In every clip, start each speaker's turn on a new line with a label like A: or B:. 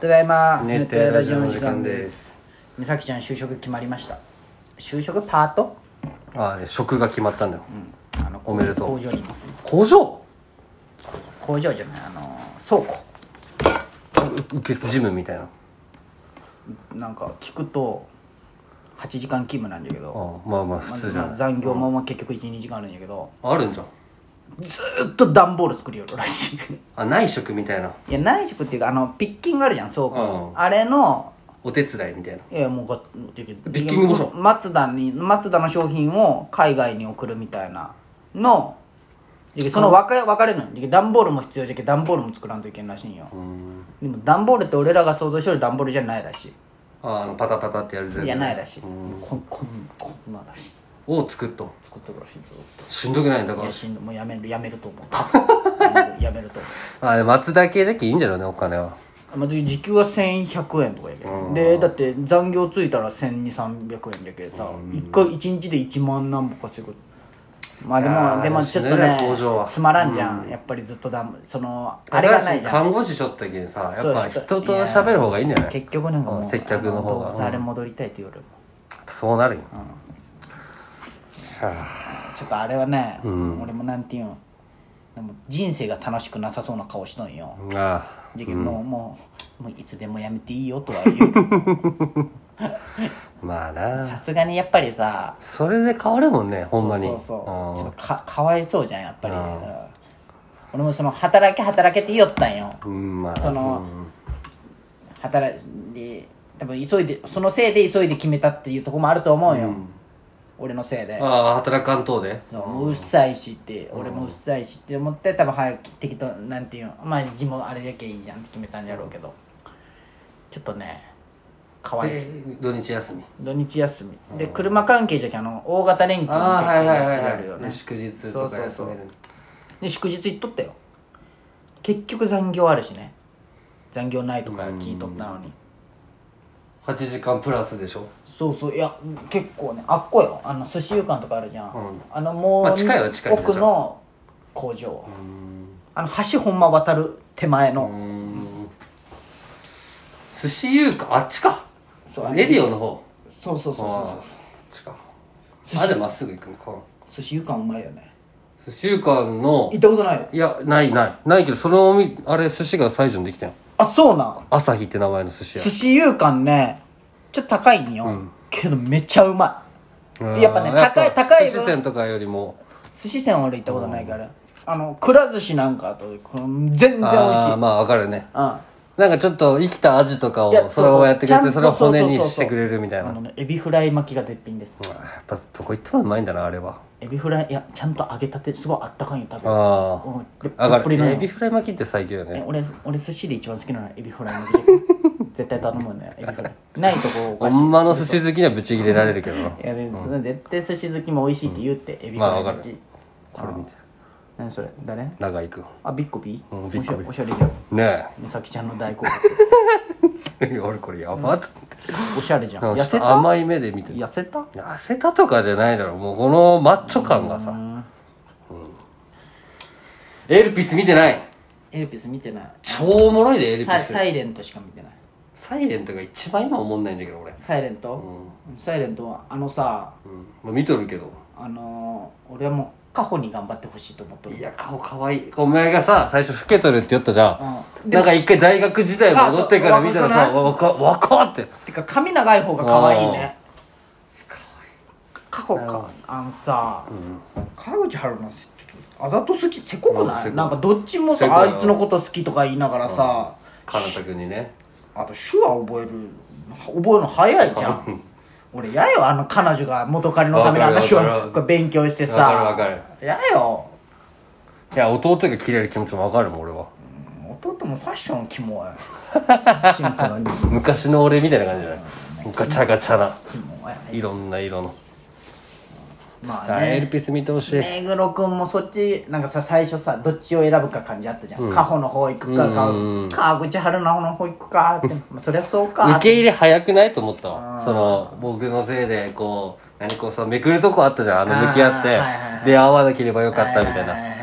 A: ただいま
B: ネットやラジオの時間です
A: 美咲ちゃん就職決まりました就職パート、
B: ああで職が決まったんだよ、
A: うん、あの
B: おめでとう
A: 工場にいますよ
B: 工場
A: 工場じゃないあの倉庫
B: う受け事務みたいなあ
A: なんか聞くと8時間勤務なんだけど
B: あまあまあ普通じゃ
A: まあ
B: ない
A: 残業もまあ結局12時間あるんだけど
B: あるんじゃん
A: ずーっと段ボール作りよるらしい
B: あ内職みたいない
A: や内職っていうかあのピッキングあるじゃん倉庫の
B: うん
A: あれの
B: お手伝いみたいない
A: やもうができる
B: ピッキングもそう
A: マツダにマツダの商品を海外に送るみたいなのでその分か分かれるので段ボールも必要じゃけ段ボールも作らんといけんらしいんよ
B: うん
A: でも段ボールって俺らが想像してる段ボールじゃないらしい
B: あああのパタパタってやるぜ
A: いやないらしいこんこんこんならしい
B: を作っと
A: 作ってるらしいずっと
B: しんどくないだか
A: い
B: ら
A: やしんどいもうやめるやめると思う多 分やめるやめると思う
B: あで松田系じゃきいいんじゃろうねお金は
A: まあ、時給は1100円とかやけどでだって残業ついたら1200300円だけどさ一回一日で1万何本稼ぐまあで
B: いや
A: も
B: ー
A: でもちょっとね
B: 死ぬね工場は
A: つまらんじゃん、やっぱりずっとだんそのあれがないじゃん
B: 看護師しょったけんさや
A: そ
B: っ
A: う
B: ぱ人と喋る方がいいんじゃない
A: 結局なんかもう
B: 接客の方が
A: あ動物あれ戻りたいって言うよりも
B: そうなるよ、
A: ちょっとあれはね、俺もなんていうのでも人生が楽しくなさそうな顔しとんよ、
B: あ
A: じゃけどもうもうもういつでもやめていいよとは言 うけど
B: あまあな
A: さすがにやっぱりさ
B: それで変わるもんねほんまに
A: そうそうそうちょ
B: ん
A: っとかかわいそうじゃんやっぱり、うん俺もその働け働けって言いよったんよ
B: うんまあ
A: その働いて多分急いでそのせいで急いで決めたっていうとこもあると思うよ、俺のせいで
B: ああ働かんとうで
A: そうもううっさいしって、俺もうっさいしって思って多分早く適当なんていうのまあ字もあれだけいいじゃんって決めたんやろうけど、ちょっとねかわいそう、
B: え土日休み
A: 土日休み、で車関係じゃけんあの大型連休みた
B: ああはい
A: い
B: は
A: ない
B: は
A: やつがある
B: い
A: よ
B: は
A: ね
B: い祝日
A: そ
B: と
A: うそ
B: か
A: うそ
B: 休
A: う
B: める
A: で祝日行っとったよ結局残業あるしね残業ないとか聞いとったのに
B: 8時間プラスでしょ
A: そうそういや結構ねあっこよあの寿司湯館とかあるじゃん、
B: うん
A: あのもう、
B: まあ近いは近いでしょ
A: 奥の工場あの橋ほんま渡る手前の、
B: うん寿司優かあっちか
A: そうあの
B: エリオの方
A: そうそうそう
B: ああ
A: そ
B: あっちか
A: 寿司
B: あれまっすぐ行くんか
A: う寿司湯館うまいよね
B: 寿司優館の
A: 行ったことないよ
B: いやないないないけどそのおみあれ寿司が最初にできたよ
A: あそうなん
B: 朝日って名前の寿司屋
A: 寿司湯館ねちょっと高いんよ、けどめっちゃうまい
B: うん
A: やっぱね高い高い
B: 寿司
A: 分
B: 店とかよりも
A: 寿司店は俺行ったことないから、あのくら寿司なんかとこの全然美味しい
B: あーまあわかるね
A: うん
B: なんかちょっと生きたアジとか
A: いや
B: をそれをやってく
A: ちゃ
B: れ
A: ん
B: て
A: と
B: それを骨
A: そう
B: に
A: そうそう
B: してくれるみたい
A: あ
B: な
A: のねエビフライ巻きが絶品です
B: やっぱどこ行ってもうまいんだなあれは
A: エビフライいやちゃんと揚げたてすごいあったかいよ多分
B: あ
A: うん
B: あ上
A: た
B: が
A: っぷり
B: る
A: の
B: エビフライ巻きって最強よ
A: え
B: ね
A: 俺俺寿司で一番好きなのはエビフライ巻きだけど絶対頼むんだよエビフラ イないとこお
B: ほ
A: かしい
B: んまの寿司好きにはブチ切れられるけどない
A: やでそれ絶対寿司好きも美味しいって言うって、エビフ
B: まあ
A: ライ
B: わか
A: 巻
B: る
A: き、
B: これ見て
A: 何それ誰
B: 長井くん
A: あビッコピー、
B: うんビッコピー
A: おしゃおしゃれじゃん
B: ね
A: 美咲ちゃんの大好物
B: え 俺これやばっ
A: おしゃれじゃん
B: なんか
A: 痩
B: ちょ
A: せ
B: っと
A: た
B: 甘い目で見てる
A: 痩せた
B: 痩せたとかじゃないだろもうこのマッチョ感がさうんエルピス見てない
A: エルピス見てない
B: 超おもろいでエルピ
A: サイ
B: ス
A: サイレントしか見てない
B: サイレントが一番今思んないんだけど俺、
A: サイレント、サイレントはあのさ
B: うんまあ、見とるけど
A: あのー、俺はもうカホに頑張ってほしいと思っとる
B: いや顔かわいいお前がさ最初老けとるって言ったじゃん、
A: うん
B: なんか一回大学時代戻ってから見たら
A: あ
B: さ
A: そう
B: 若若って
A: てか髪長い方が可愛いねカホかあのさ川口春奈ちょっとあざと好きせこくな
B: うんせこ
A: い
B: い
A: なんかどっちも
B: せこい
A: さあいつのこと好きとか言いながらさ
B: 彼方君にね
A: あと手話覚える覚えるの早いじゃん俺やよあの彼女が元彼のためにあんな手
B: わかるわか
A: 話
B: る
A: これ勉強して
B: わかる
A: さ
B: わかる
A: やよ
B: いや弟が切れる気持ちもわかるもん俺は
A: 弟もファッションキモ いシンプルに
B: 昔の俺みたいな感じじゃないガチャガチャな
A: キモい
B: いろんな色の、
A: まあ
B: あエ
A: ね
B: ルピス見てほしい、
A: 目黒君もそっちなんかさ最初さどっちを選ぶか感じあったじゃん、カホの方行くかか川口春奈の方行くかって、まあ、そりゃそうか
B: 受け入れ早くないと思ったわその僕のせいでこう何こうさめくるとこあったじゃんあの向き合って、
A: あーはいはいはい
B: 出会わなければよかったみたいな、
A: はいはいはいはい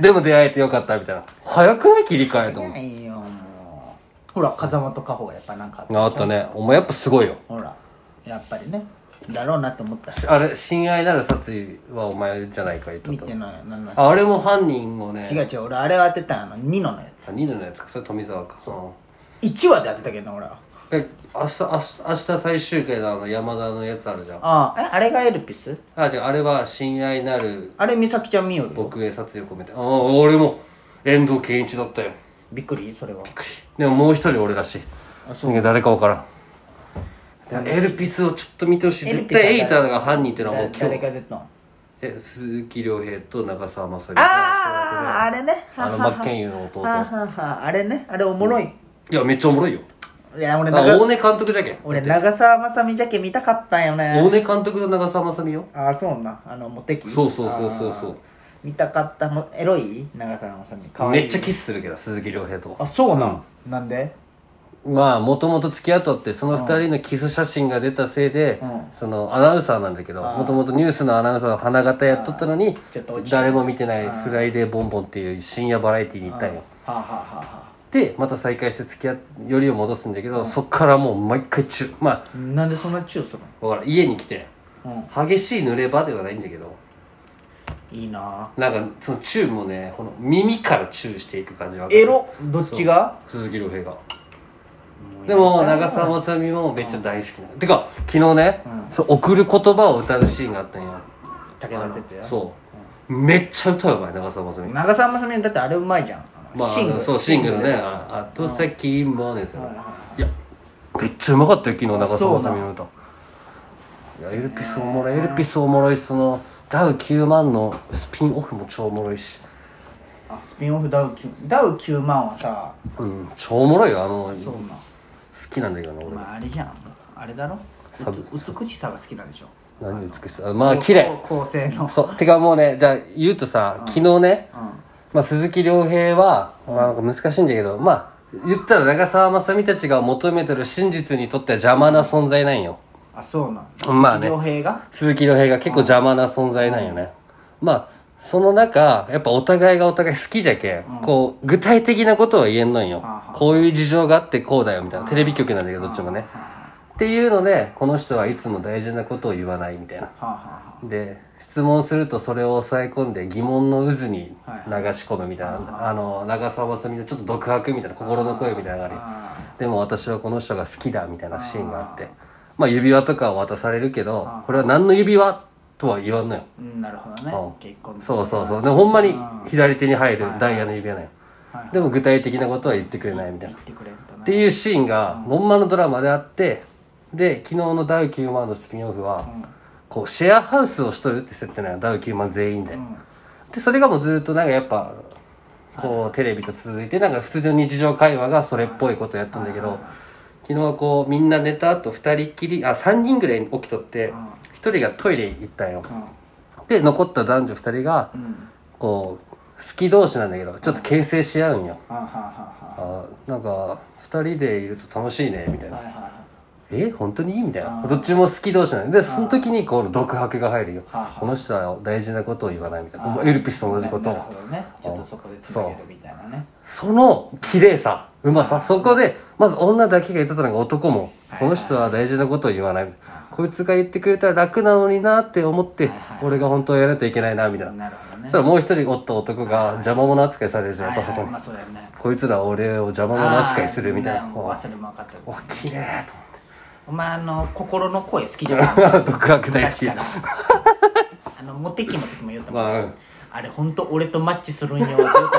B: でも出会えてよかったみたいな。早くない切り替えと思っ
A: は
B: て。
A: いいいよもうほら風間とかほがやっぱなんか
B: あったねお前やっぱすごいよ
A: ほらやっぱりねだろうなって思った
B: しあれ「親愛なる殺意はお前じゃないか」言っとっ
A: 見
B: た
A: てないなんなん
B: ああれも犯人をね
A: 違う違う俺あれは当てたんあのニノのやつ
B: あニノのやつかそれ富澤かそ
A: 1話で当てたけどな俺は
B: え明日明日明日最終回のあの山田のやつあるじゃん
A: ああえあれがエルピス
B: あ違うあれは親愛なる
A: あれ美咲ちゃん見よるよ
B: 僕へ殺意を込めてああ俺も遠藤憲一だったよ
A: びっくりそれは
B: でももう一人俺らしい
A: あ
B: 誰か分からんでもエルピスをちょっと見てほしい絶対エイターが犯人ってのはも
A: だ
B: う今
A: 誰
B: 日
A: が出たの
B: え鈴木亮平と長澤まさみ
A: あああれね
B: あ
A: は
B: の
A: はは
B: 真剣佑の弟
A: はははあれねあれおもろい、
B: いやめっちゃおもろいよ
A: いや俺
B: あ
A: 長
B: 大根監督じゃけん
A: 俺長澤まさみじゃけ見たかったんよね
B: 大根監督の長澤まさみよ
A: ああそうなあのモテキ
B: そうそうそうそうそう
A: あー見たかったもエロい長澤まさみかわいい
B: めっちゃキスするけど鈴木亮平と
A: あそうなん、なんで
B: まあもともと付き合っとってその二人のキス写真が出たせいで、
A: うん
B: そのアナウンサーなんだけどもともとニュースのアナウンサーの花形やっとったのに
A: ちょっと落ち
B: 誰も見てない「フライデーボンボン」っていう深夜バラエティーに行ったんよ
A: はあ、はあはあは
B: でまた再会して付き合っよりを戻すんだけど、そっからもう毎回中ま
A: あ、なんでそんなチューする
B: あわからん家に来て
A: の
B: 激しい濡れ場ではないんだけど
A: うんいいな
B: なんかそのチューもねこの耳からチューしていく感じわかる
A: エロどっちが
B: 鈴木亮平が
A: もう
B: でも長澤まさみもめっちゃ大好きなてか昨日ね、
A: う
B: そう送る言葉を歌うシーンがあったんよ
A: 武田鉄矢
B: そう、めっちゃ歌うまい長澤まさみ
A: 長澤まさみだってあれうまいじゃん、
B: まあ
A: シングル
B: そうシングルね
A: で
B: あと先もね、
A: はいはい
B: いやめっちゃうまかったよ昨日長澤まさみの歌いやエルピスおもろいエルピスおもろいしそのダウ9万のスピンオフも超おもろいし
A: あスピンオフダウ9ダウ9万はさ
B: うん超おもろいよあの
A: そう
B: 好
A: な
B: きなんだけどな俺、
A: まああれじゃんあれだろ
B: サブ
A: うつ美しさが好きなんでしょ
B: 何美しさまあ綺麗
A: 構成の
B: そうてかもうねじゃあ言うとさ昨日ね、まあ、鈴木亮平は、まあ、なんか難しいんだけどまあ言ったら長澤まさみたちが求めてる真実にとっては邪魔な存在なんよ
A: あそうなん
B: まあね
A: 両兵が
B: 鈴木亮平が結構邪魔な存在なんよね、まあその中やっぱお互いがお互い好きじゃけ、こう具体的なことは言えんのんよ、
A: あは
B: こういう事情があってこうだよみたいなテレビ局なんだけどどっちもね、っていうのでこの人はいつも大事なことを言わないみたいな
A: はあ、はあは
B: で質問するとそれを抑え込んで疑問の渦に流し込むみたいな、あの長澤まさみのちょっと独白みたいな心の声みたいなのがありでも私はこの人が好きだみたいなシーンがあってまあ指輪とかは渡されるけどこれは何の指輪とは言わんのよ、
A: あうんなるほどね
B: うん
A: 結婚
B: そうそうそうでほんまに左手に入るダイヤの指輪なんよ
A: はいは
B: でも具体的なことは言ってくれないみたいな
A: 言ってくれんと
B: っ
A: ね
B: ていうシーンが、ほんまのドラマであって、で、昨日のダウ9万のスピンオフは、こう、シェアハウスをしとるって設定なのよダウ9万全員で。で、それがもうずっとなんかやっぱ、こう、テレビと続いて、なんか普通の日常会話がそれっぽいことやったんだけど、昨日はこう、みんな寝た後二人っきり、あ、三人ぐらい起きとって、一人がトイレ行ったんよ。で、残った男女二人が、こう、好き同士なんだけど、ちょっと牽制し合うんよ。
A: はあはあは
B: あなんか2人でいると楽しいねみたい
A: あはあ
B: な
A: はいはいはい
B: え本当にみたいなどっちも好き同士なんででその時にこの独白が入るよ
A: あ
B: この人は大事なことを言わないみたいなもうエルピスと同じこ
A: ななる
B: と
A: ほどねちょっとそこでつなげるみたいなね
B: その綺麗さうまさそこでまず女だけが言ってたのが男もこの人は大事なことを言わないこいつが言ってくれたら楽なのになって思って俺が本当はやらないといけないなみたいな
A: なるほど
B: そし
A: ね
B: たらもう一人おった男が邪魔者扱いされるじゃん
A: は
B: やっ
A: い
B: ぱそ
A: は
B: こ
A: い
B: に
A: まあそうだよね
B: こいつら俺を邪魔者扱いするみたい
A: あー
B: な
A: ねもう忘れも分かってる
B: わ綺麗と 思って
A: お前あの心の声好きじゃない
B: 独白 大好
A: 昔
B: き
A: からあのモテキも時も言ったもん、
B: まあうん
A: あれ本当俺とマッチするんよって言ったも んね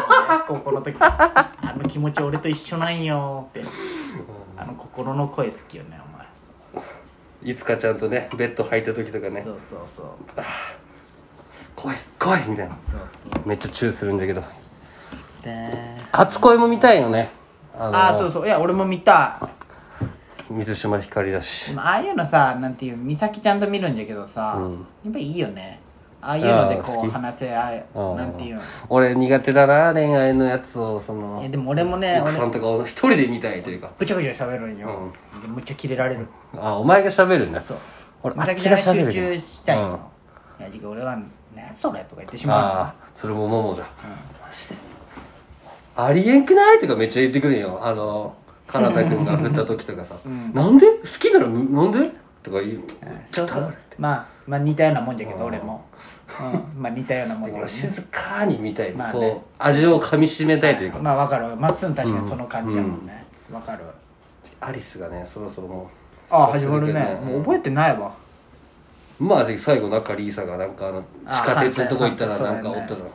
A: 高校の時あの気持ち俺と一緒なんよってあの心の声好きよねお前
B: いつかちゃんとねベッド履いた時とかね
A: そうそうそう
B: 怖い怖いみたいな
A: そうそう
B: めっちゃチューするんだけど
A: で
B: 初恋も見たいよねあの
A: ああそうそういや俺も見た
B: 水島ひかりだし
A: でもああいうのさなんていう美咲ちゃんと見るんだけどさ、やっぱいいよねああいうので
B: あー
A: こ
B: 好
A: う
B: き
A: 話せ合え
B: あー
A: なんていう
B: 俺苦手だな恋愛のやつをそ
A: いや
B: の
A: でも俺もね
B: 奥
A: 俺
B: さんとかを一人で見たいというか
A: ぶちゃぶちゃ喋るんよ、でむっちゃキレられる
B: あお前が喋るんだ
A: そう
B: 俺
A: め
B: あ
A: ちゃ
B: っ
A: く
B: ち
A: ちゃ
B: が喋
A: 集
B: る
A: 中
B: けど
A: したいの、いやじゃあ俺は「何それ」とか言ってしまう
B: ああそれもももじゃん、マジでありえんくないとかめっちゃ言ってくるんよあのかなたくんが振った時とかさ「
A: うん
B: なんで好きならむなんで?」とか言う
A: そうそ
B: だ
A: うまあまあ似たようなもんじゃけど俺も、うん、まあ似たようなもんだけ
B: から
A: どね
B: 静かに見たい、
A: まあね
B: こう味をかみしめたいというか、
A: まあわかるまっすん確かにその感じやもんねわ、かる
B: アリスがねそろそろも
A: あ始まるね
B: うん
A: もう覚えてないわ
B: うまあ最後中リーサがなんかあの
A: あ
B: 地下鉄のとこ行ったら
A: 反対
B: なんかおった
A: そう
B: の、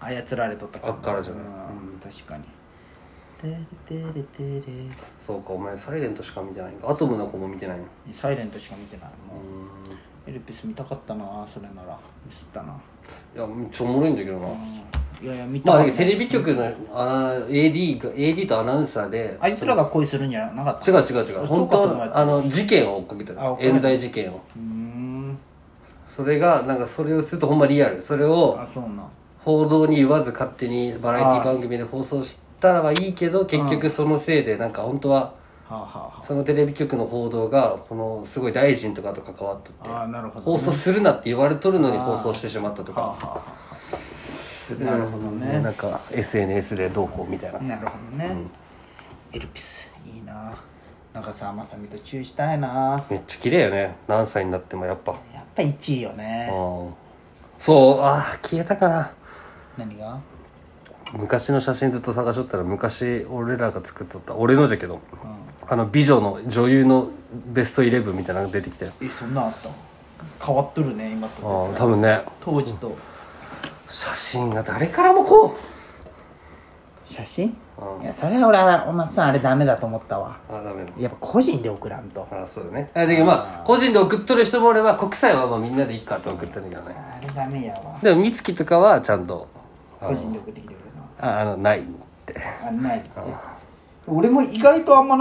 A: 操られとった
B: あっからじゃな
A: う
B: い
A: ん確かに「テレテレテレ
B: そうかお前サイレントしか見てないのかアトムの子も見てないの
A: サイレントしか見てないも
B: う
A: う、
B: ん
A: エルピス見たかったなそれならミスったな、
B: いやめっちゃおもろいんだけどな、
A: うんいやいや見た
B: まあ
A: か
B: だ
A: っ
B: け
A: た
B: どテレビ局のあの AD, が AD とアナウンサーで
A: あいつらが恋するんじゃなかった
B: 違う違う違う
A: そ
B: 本
A: うか
B: 当
A: そう
B: は
A: か
B: あの事件を追っかけてる
A: あ追っかけてる
B: 冤罪事件を
A: うーん
B: それがなんかそれをするとほんまリアルそれを
A: あそうな
B: 報道に言わず勝手にバラエティ番組で放送したらはいいけど結局そのせいでなんか本当は
A: はあはあは
B: そのテレビ局の報道がこのすごい大臣とかと関わっと
A: ああ
B: って
A: なるほど、
B: 放
A: ね、
B: 送するなって言われとるのに放送してしまったと
A: はあ
B: か
A: はあはあなるほどね
B: なんか SNS でどうこうみたいな
A: なるほどね、エルピスいいな長澤まさみとチューしたいな
B: めっちゃ綺麗よね何歳になってもやっぱ
A: やっぱ1位よね
B: うんそうああ消えたかな
A: 何が
B: 昔の写真ずっと探しとったら昔俺らが作っとった俺のじゃけど
A: うん
B: あの美女の女優のベストイレブンみたいなのが出てきたよ
A: えそんなんあった変わっとるね今
B: ああ
A: と絶対
B: 多分ね
A: 当時と
B: 写真が誰からもこ
A: 写真
B: うん
A: いやそれは俺はお松さんあれダメだと思ったわ
B: うあダメだ
A: やっぱ個人で送らんと
B: あそうだねあじゃけどまあ個人で送っとる人も俺は国際はまあみんなでいいかと送ったんだけどね
A: あれダメやわ
B: でも美月とかはちゃんとあ
A: 個
B: の
A: 人で送ってきてくれる
B: ああのないって
A: なあないって俺も意外とあんま